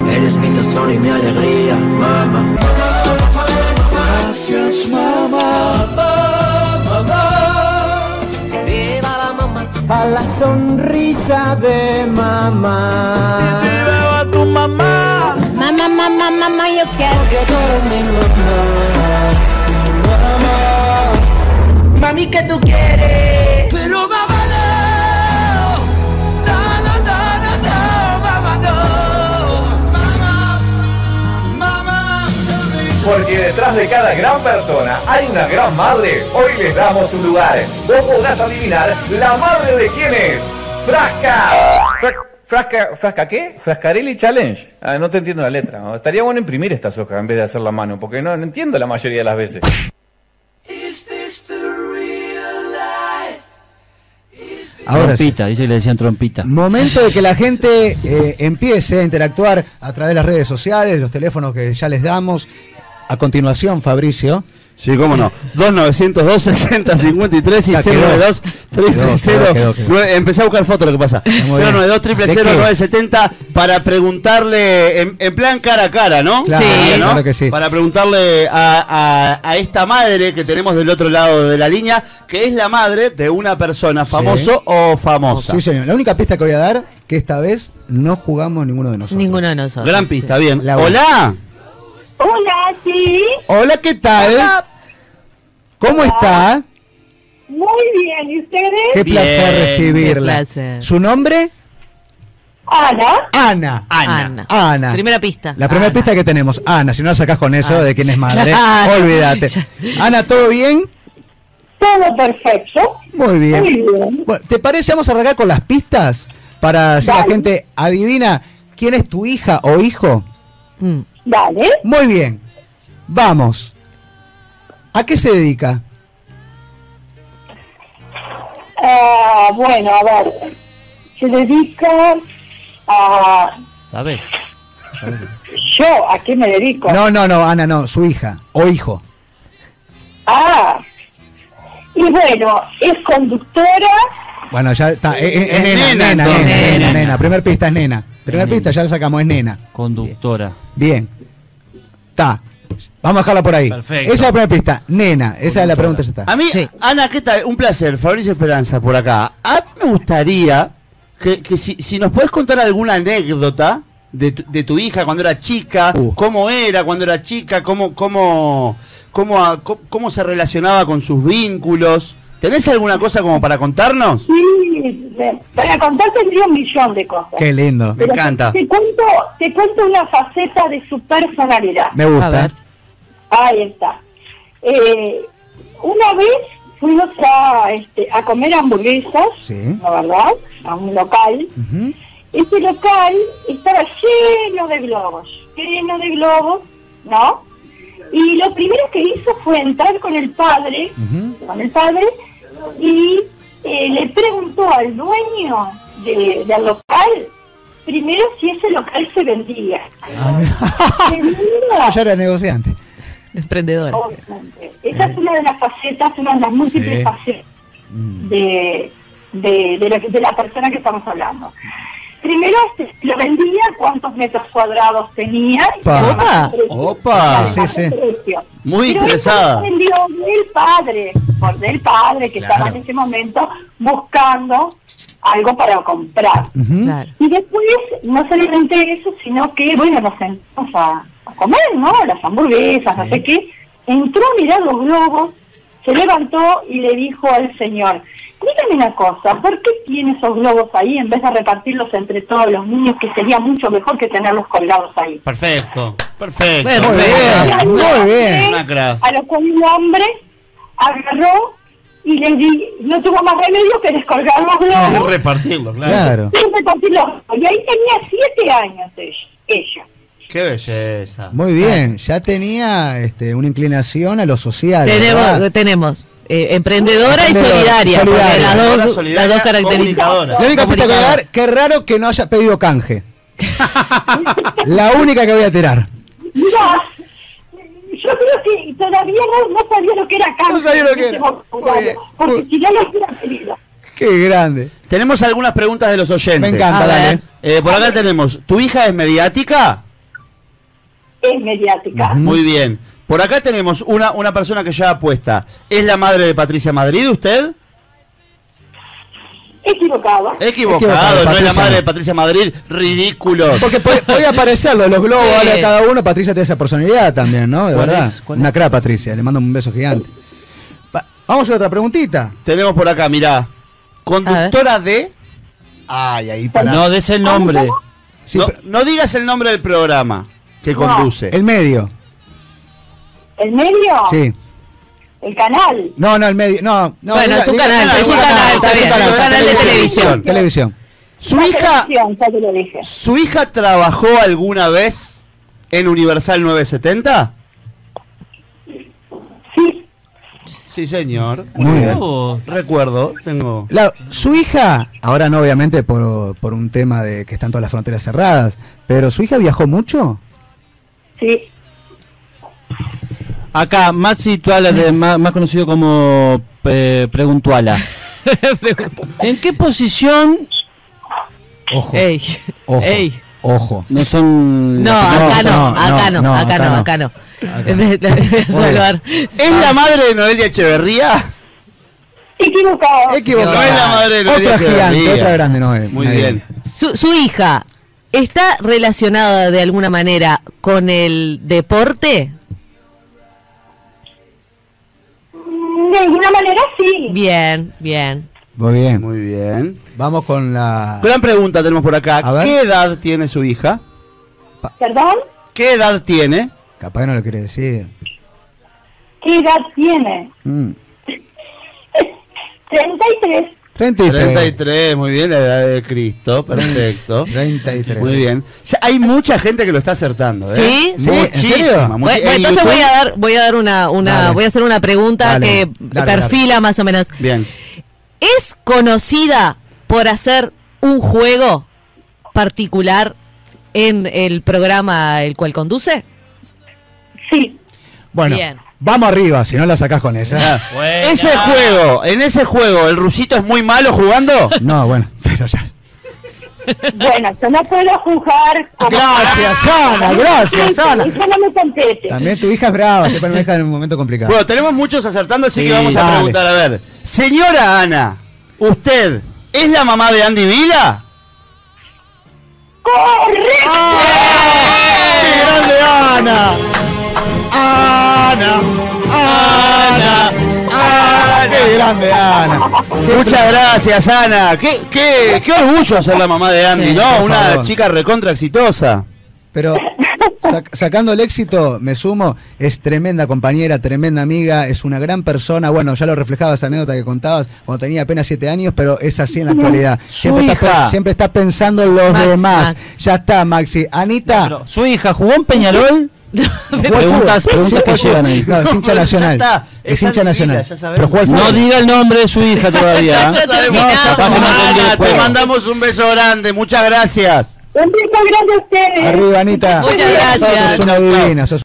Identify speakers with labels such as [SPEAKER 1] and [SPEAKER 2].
[SPEAKER 1] Eres mi tesoro y mi alegría, mamá.
[SPEAKER 2] Gracias, mamá. mamá. Viva la mamá.
[SPEAKER 3] A la sonrisa de mamá.
[SPEAKER 2] se a tu mamá.
[SPEAKER 4] Mamá, mamá, mamá, yo quiero.
[SPEAKER 2] Porque tú eres mi mamá. Mamá. Mami, que tú quieres. Pero mamá. no. No, no, no, no, no, mamá, no. Mamá, mamá,
[SPEAKER 5] Porque detrás de cada gran persona hay una gran madre. Hoy les damos un lugar. Vos podrás adivinar la madre de quién es. Frasca. Fra- Frasca, frasca, ¿qué? Frascarelli Challenge. Ah, no te entiendo la letra. Estaría bueno imprimir estas hojas en vez de hacer la mano, porque no, no entiendo la mayoría de las veces.
[SPEAKER 6] Ahora sí.
[SPEAKER 7] trompita, dice que le decían trompita.
[SPEAKER 6] Momento de que la gente eh, empiece a interactuar a través de las redes sociales, los teléfonos que ya les damos. A continuación, Fabricio.
[SPEAKER 8] Sí, cómo no. 2902 60 53 y
[SPEAKER 6] Ya quedó.
[SPEAKER 8] 092
[SPEAKER 6] Quedó, quedó, quedó.
[SPEAKER 8] 300. Empecé a buscar fotos lo que pasa.
[SPEAKER 6] muy bien.
[SPEAKER 8] 092 300 970 para preguntarle en, en plan cara a cara, ¿no?
[SPEAKER 6] Claro, Sí.
[SPEAKER 8] ¿no?
[SPEAKER 6] claro que sí.
[SPEAKER 8] Para preguntarle a, a- a esta madre que tenemos del otro lado de la línea, que es la madre de una persona, famoso o famosa.
[SPEAKER 6] Sí, señor. La única pista que voy a dar, que esta vez no jugamos ninguno de nosotros.
[SPEAKER 9] Ninguno de nosotros.
[SPEAKER 8] Gran pista, bien.
[SPEAKER 6] La
[SPEAKER 8] Hola.
[SPEAKER 10] Hola, sí.
[SPEAKER 6] Hola, ¿qué tal? ¿Cómo está?
[SPEAKER 10] Muy bien. ¿Y ustedes?
[SPEAKER 6] Qué
[SPEAKER 8] Bien,
[SPEAKER 6] placer recibirla.
[SPEAKER 9] qué placer.
[SPEAKER 6] ¿Su nombre?
[SPEAKER 10] Ana.
[SPEAKER 6] Ana.
[SPEAKER 9] Ana.
[SPEAKER 6] Ana.
[SPEAKER 9] Primera pista.
[SPEAKER 6] La primera
[SPEAKER 9] Ana.
[SPEAKER 6] pista que tenemos, Ana, si no la sacás con eso
[SPEAKER 9] Ana.
[SPEAKER 6] de quién es madre,
[SPEAKER 9] Claro.
[SPEAKER 6] olvídate. Ana, ¿todo bien?
[SPEAKER 10] Todo perfecto.
[SPEAKER 6] Muy bien.
[SPEAKER 10] Muy bien.
[SPEAKER 6] Bueno, ¿Te parece? Vamos a arrancar con las pistas para si la
[SPEAKER 10] Dale.
[SPEAKER 6] gente adivina quién es tu hija o hijo.
[SPEAKER 9] Mm.
[SPEAKER 10] Vale.
[SPEAKER 6] Muy bien. Vamos. ¿A qué se dedica?
[SPEAKER 10] Ah, bueno, a ver. Se dedica a...
[SPEAKER 7] ¿Sabes?
[SPEAKER 10] ¿Yo a qué me dedico?
[SPEAKER 6] No, no, no, Ana, no, su hija o hijo.
[SPEAKER 10] Ah. Y bueno, es conductora.
[SPEAKER 6] Bueno, ya está. eh, eh,
[SPEAKER 8] Es
[SPEAKER 6] nena,
[SPEAKER 8] nena,
[SPEAKER 6] nena,
[SPEAKER 8] entonces.
[SPEAKER 6] nena, nena,
[SPEAKER 7] Nena.
[SPEAKER 6] nena. Primer pista es nena. Primera
[SPEAKER 7] Nena.
[SPEAKER 6] pista ya la sacamos, es nena.
[SPEAKER 7] Conductora.
[SPEAKER 6] Bien. Está. Vamos a dejarla por ahí.
[SPEAKER 7] Perfecto.
[SPEAKER 6] Esa es la primera pista. Nena, esa es la pregunta. Ya está.
[SPEAKER 8] A mí,
[SPEAKER 9] Sí.
[SPEAKER 8] Ana, ¿qué tal? Un placer, Fabricio Esperanza por acá. A mí me gustaría que, que si, si nos puedes contar alguna anécdota de tu, de tu hija cuando era chica,
[SPEAKER 6] Uh.
[SPEAKER 8] cómo era cuando era chica, cómo, cómo, cómo, a- cómo, cómo se relacionaba con sus vínculos. ¿Tenés alguna cosa como para contarnos?
[SPEAKER 10] Sí, de- para contar tendría un millón de cosas.
[SPEAKER 6] Qué lindo.
[SPEAKER 8] Me encanta.
[SPEAKER 10] Te cuento, te cuento una faceta de su personalidad.
[SPEAKER 6] Me
[SPEAKER 9] A
[SPEAKER 6] gusta.
[SPEAKER 9] ver.
[SPEAKER 10] Ahí está. Eh, una vez fuimos a, este, a comer hamburguesas,
[SPEAKER 6] Sí.
[SPEAKER 10] la verdad, a un local.
[SPEAKER 6] Ujú.
[SPEAKER 10] Ese local estaba lleno de globos, lleno de globos, ¿no? Y lo primero que hizo fue entrar con el padre,
[SPEAKER 6] Ujú.
[SPEAKER 10] con el padre, y eh, le preguntó al dueño de- del local primero si ese local se vendía.
[SPEAKER 6] Ah,
[SPEAKER 10] Se vendía.
[SPEAKER 6] Yo era negociante.
[SPEAKER 9] Emprendedora.
[SPEAKER 10] Obviamente. Esa es una de las facetas, una de las múltiples
[SPEAKER 6] Sí. Mm.
[SPEAKER 10] facetas de, de, de la, que- de la persona que estamos hablando. Primero este, lo vendía, cuántos metros cuadrados tenía. y
[SPEAKER 6] Pa.
[SPEAKER 10] además el precio.
[SPEAKER 8] Opa.
[SPEAKER 10] Además
[SPEAKER 6] Sí,
[SPEAKER 10] el
[SPEAKER 6] sí.
[SPEAKER 10] precio.
[SPEAKER 8] Muy
[SPEAKER 10] Pero eso
[SPEAKER 8] interesada.
[SPEAKER 10] lo vendió del padre, por del padre que estaba en ese momento buscando algo para comprar.
[SPEAKER 6] Ujú.
[SPEAKER 9] Claro.
[SPEAKER 10] Y después, no solamente eso, sino que, bueno, nos sentamos a, a comer, ¿no? Las hamburguesas, no sé qué. Entró a mirar los globos, se levantó y le dijo al señor, dígame una cosa, ¿por qué tiene esos globos ahí en vez de repartirlos entre todos los niños, que sería mucho mejor que tenerlos colgados ahí?
[SPEAKER 8] Perfecto, perfecto.
[SPEAKER 9] Bueno,
[SPEAKER 6] Muy bien, muy bien.
[SPEAKER 8] Una crack.
[SPEAKER 10] A lo cual el hombre agarró y le di, no tuvo más remedio que descolgar los globos.
[SPEAKER 8] Repartirlo, claro.
[SPEAKER 6] Claro.
[SPEAKER 10] y repartir los globos. Y ahí tenía siete años ella. ella.
[SPEAKER 8] Qué belleza.
[SPEAKER 6] Muy bien. Ya tenía este, una inclinación a lo social.
[SPEAKER 9] Tenemos,
[SPEAKER 6] ¿verdad?
[SPEAKER 9] tenemos eh, emprendedora, y
[SPEAKER 6] Emprendedora,
[SPEAKER 9] solidaria. porque
[SPEAKER 6] solidaria.
[SPEAKER 9] Las, dos,
[SPEAKER 8] Emprendedora, solidaria,
[SPEAKER 9] las dos características.
[SPEAKER 8] comunicadora.
[SPEAKER 6] La única pista que voy a
[SPEAKER 9] Comunicadora.
[SPEAKER 6] dar, qué raro que no haya pedido canje. la única que voy a tirar.
[SPEAKER 10] Mira, yo creo que todavía no, no sabía lo que era cáncer.
[SPEAKER 6] No sabía lo que era. Muy bien.
[SPEAKER 10] Porque,
[SPEAKER 6] Muy-
[SPEAKER 10] si ya lo hubiera pedido.
[SPEAKER 6] Qué grande.
[SPEAKER 8] Tenemos algunas preguntas de los oyentes.
[SPEAKER 6] Me encanta,
[SPEAKER 9] A ver.
[SPEAKER 6] dale.
[SPEAKER 8] Eh, por acá tenemos, ¿tu hija es mediática?
[SPEAKER 10] es mediática.
[SPEAKER 8] Muy bien. Por acá tenemos una, una persona que ya apuesta. ¿Es la madre de Patricia Madrid usted?
[SPEAKER 10] Equivocado.
[SPEAKER 8] Equivocado,
[SPEAKER 6] Equivocado,
[SPEAKER 8] no es la
[SPEAKER 6] Patricia.
[SPEAKER 8] madre de Patricia Madrid. Ridículo.
[SPEAKER 6] Porque puede, puede aparecer lo de los globos,
[SPEAKER 9] Sí.
[SPEAKER 6] ahora cada uno. Patricia tiene esa personalidad también, ¿no? De
[SPEAKER 7] ¿Cuál
[SPEAKER 6] verdad.
[SPEAKER 7] es? ¿Cuál
[SPEAKER 6] Una
[SPEAKER 7] es?
[SPEAKER 6] cra, Patricia. Le mando un beso gigante. Pa- Vamos a otra preguntita.
[SPEAKER 8] Tenemos por acá, mirá. Conductora de. Ay, ahí para. No,
[SPEAKER 7] No des el nombre.
[SPEAKER 6] Sí, pero-
[SPEAKER 8] no digas el nombre del programa que
[SPEAKER 10] No.
[SPEAKER 8] conduce.
[SPEAKER 6] el medio.
[SPEAKER 10] ¿El medio?
[SPEAKER 6] Sí.
[SPEAKER 10] ¿El canal?
[SPEAKER 6] No, no, el medio. No, no,
[SPEAKER 9] Bueno, es un canal, es un canal, está bien, es un canal de
[SPEAKER 8] televisión.
[SPEAKER 6] Televisión.
[SPEAKER 8] Su
[SPEAKER 10] La
[SPEAKER 8] hija,
[SPEAKER 10] televisión, ya te lo dije.
[SPEAKER 8] su hija trabajó alguna vez en Universal 970?
[SPEAKER 10] Sí,
[SPEAKER 8] Sí, señor.
[SPEAKER 6] Muy bien.
[SPEAKER 7] Vos.
[SPEAKER 8] Recuerdo, tengo.
[SPEAKER 6] La- su hija, ahora no obviamente por, por un tema de que están todas las fronteras cerradas, pero su hija viajó mucho.
[SPEAKER 10] sí.
[SPEAKER 7] Acá, Maxi Tuala, de- más, más conocido como eh, Preguntuala. ¿En qué posición
[SPEAKER 6] Ojo.
[SPEAKER 9] Ey,
[SPEAKER 6] ojo.
[SPEAKER 9] ey.
[SPEAKER 6] Ojo.
[SPEAKER 7] no son...
[SPEAKER 9] No,
[SPEAKER 7] las-
[SPEAKER 9] acá no,
[SPEAKER 6] no,
[SPEAKER 9] acá no,
[SPEAKER 6] no,
[SPEAKER 9] acá no, acá no. Le- le voy a salvar.
[SPEAKER 8] ¿Es la madre de Noelia Echeverría?
[SPEAKER 10] Equivocado.
[SPEAKER 6] Equivocado.
[SPEAKER 8] No es la madre de Noelia
[SPEAKER 6] otra gigante,
[SPEAKER 8] Echeverría.
[SPEAKER 6] otra grande, no
[SPEAKER 9] Eh,
[SPEAKER 6] es.
[SPEAKER 8] Muy
[SPEAKER 6] nadie.
[SPEAKER 8] bien.
[SPEAKER 9] Su, su hija está relacionada de alguna manera con el deporte.
[SPEAKER 10] De alguna manera sí.
[SPEAKER 9] Bien, bien.
[SPEAKER 6] Muy bien.
[SPEAKER 8] Muy bien.
[SPEAKER 6] Vamos con la.
[SPEAKER 9] Ah.
[SPEAKER 8] Gran pregunta tenemos por acá.
[SPEAKER 6] A ver.
[SPEAKER 8] ¿Qué edad tiene su hija?
[SPEAKER 10] ¿Perdón?
[SPEAKER 8] ¿Qué edad tiene?
[SPEAKER 6] Capaz que no lo quiere decir.
[SPEAKER 10] ¿Qué edad tiene?
[SPEAKER 6] Mm.
[SPEAKER 10] 33.
[SPEAKER 6] 33.
[SPEAKER 8] 33, muy bien, la edad de Cristo, perfecto.
[SPEAKER 6] 33.
[SPEAKER 8] Muy bien. Ya hay mucha gente que lo está acertando, ¿eh?
[SPEAKER 9] ¿Sí?
[SPEAKER 6] Sí, ¿en
[SPEAKER 8] Muchísima.
[SPEAKER 6] serio?
[SPEAKER 8] muchi-
[SPEAKER 9] Bueno,
[SPEAKER 8] en
[SPEAKER 9] entonces
[SPEAKER 8] YouTube-
[SPEAKER 9] voy a dar, voy a dar una, una,
[SPEAKER 6] eh, Dale.
[SPEAKER 9] voy a hacer una pregunta
[SPEAKER 6] Dale,
[SPEAKER 9] que
[SPEAKER 6] dale,
[SPEAKER 9] perfila más o menos.
[SPEAKER 8] Bien.
[SPEAKER 9] ¿Es conocida por hacer un juego particular en el programa el cual conduce?
[SPEAKER 10] Sí.
[SPEAKER 6] Bueno,
[SPEAKER 9] Bien.
[SPEAKER 6] vamos arriba, si no la sacás con esa.
[SPEAKER 8] Ah. Ese juego, en ese juego, ¿el rusito es muy malo jugando?
[SPEAKER 6] No, bueno, pero ya.
[SPEAKER 10] Bueno, yo no puedo juzgar. como-
[SPEAKER 6] Gracias, Ana, gracias, Ana.
[SPEAKER 10] Eso no me compete.
[SPEAKER 6] También tu hija es brava, siempre me deja en un momento complicado.
[SPEAKER 8] Bueno, tenemos muchos acertando, así que
[SPEAKER 6] Sí,
[SPEAKER 8] vamos a
[SPEAKER 6] dale.
[SPEAKER 8] preguntar, a ver. Señora Ana, ¿usted es la mamá de Andy Vila?
[SPEAKER 10] ¡Correcto!
[SPEAKER 6] Ah.
[SPEAKER 8] ¡Qué grande Ana! Ana, Ana, Ana.
[SPEAKER 6] ¡Qué grande, Ana!
[SPEAKER 8] Muchas gracias, Ana. Qué, qué, qué orgullo ser la mamá de Andy,
[SPEAKER 9] Sí,
[SPEAKER 8] ¿no?
[SPEAKER 6] por
[SPEAKER 8] Una
[SPEAKER 6] favor.
[SPEAKER 8] chica recontra exitosa.
[SPEAKER 6] Pero sac- sacando el éxito, me sumo, es tremenda compañera, tremenda amiga, es una gran persona. Bueno, ya lo reflejaba esa anécdota que contabas cuando tenía apenas siete años, pero es así en la actualidad. Siempre,
[SPEAKER 7] Su
[SPEAKER 6] Está,
[SPEAKER 7] hija.
[SPEAKER 6] pe- siempre está pensando en los
[SPEAKER 9] Max,
[SPEAKER 6] demás.
[SPEAKER 9] Max.
[SPEAKER 6] Ya está, Maxi. Anita.
[SPEAKER 7] Pero, ¿Su hija jugó en Peñarol? preguntas preguntas que llegan ahí.
[SPEAKER 6] No, es hincha
[SPEAKER 8] Ya
[SPEAKER 6] nacional.
[SPEAKER 8] está, es
[SPEAKER 6] es hincha
[SPEAKER 8] Andy
[SPEAKER 6] nacional.
[SPEAKER 8] Vila, ya sabemos.
[SPEAKER 6] Pero juega al
[SPEAKER 7] No
[SPEAKER 6] fútbol.
[SPEAKER 7] diga el nombre de su hija todavía.
[SPEAKER 8] ¿Ah?
[SPEAKER 9] Ya
[SPEAKER 7] ¿eh?
[SPEAKER 9] terminamos.
[SPEAKER 7] capaz que no entendió el
[SPEAKER 8] Ana, te
[SPEAKER 7] juego.
[SPEAKER 8] mandamos un beso grande. Muchas gracias.
[SPEAKER 10] Un beso grande a ustedes.
[SPEAKER 6] Arriba, Anita.
[SPEAKER 9] Muchas gracias.
[SPEAKER 6] Sos una divina, sos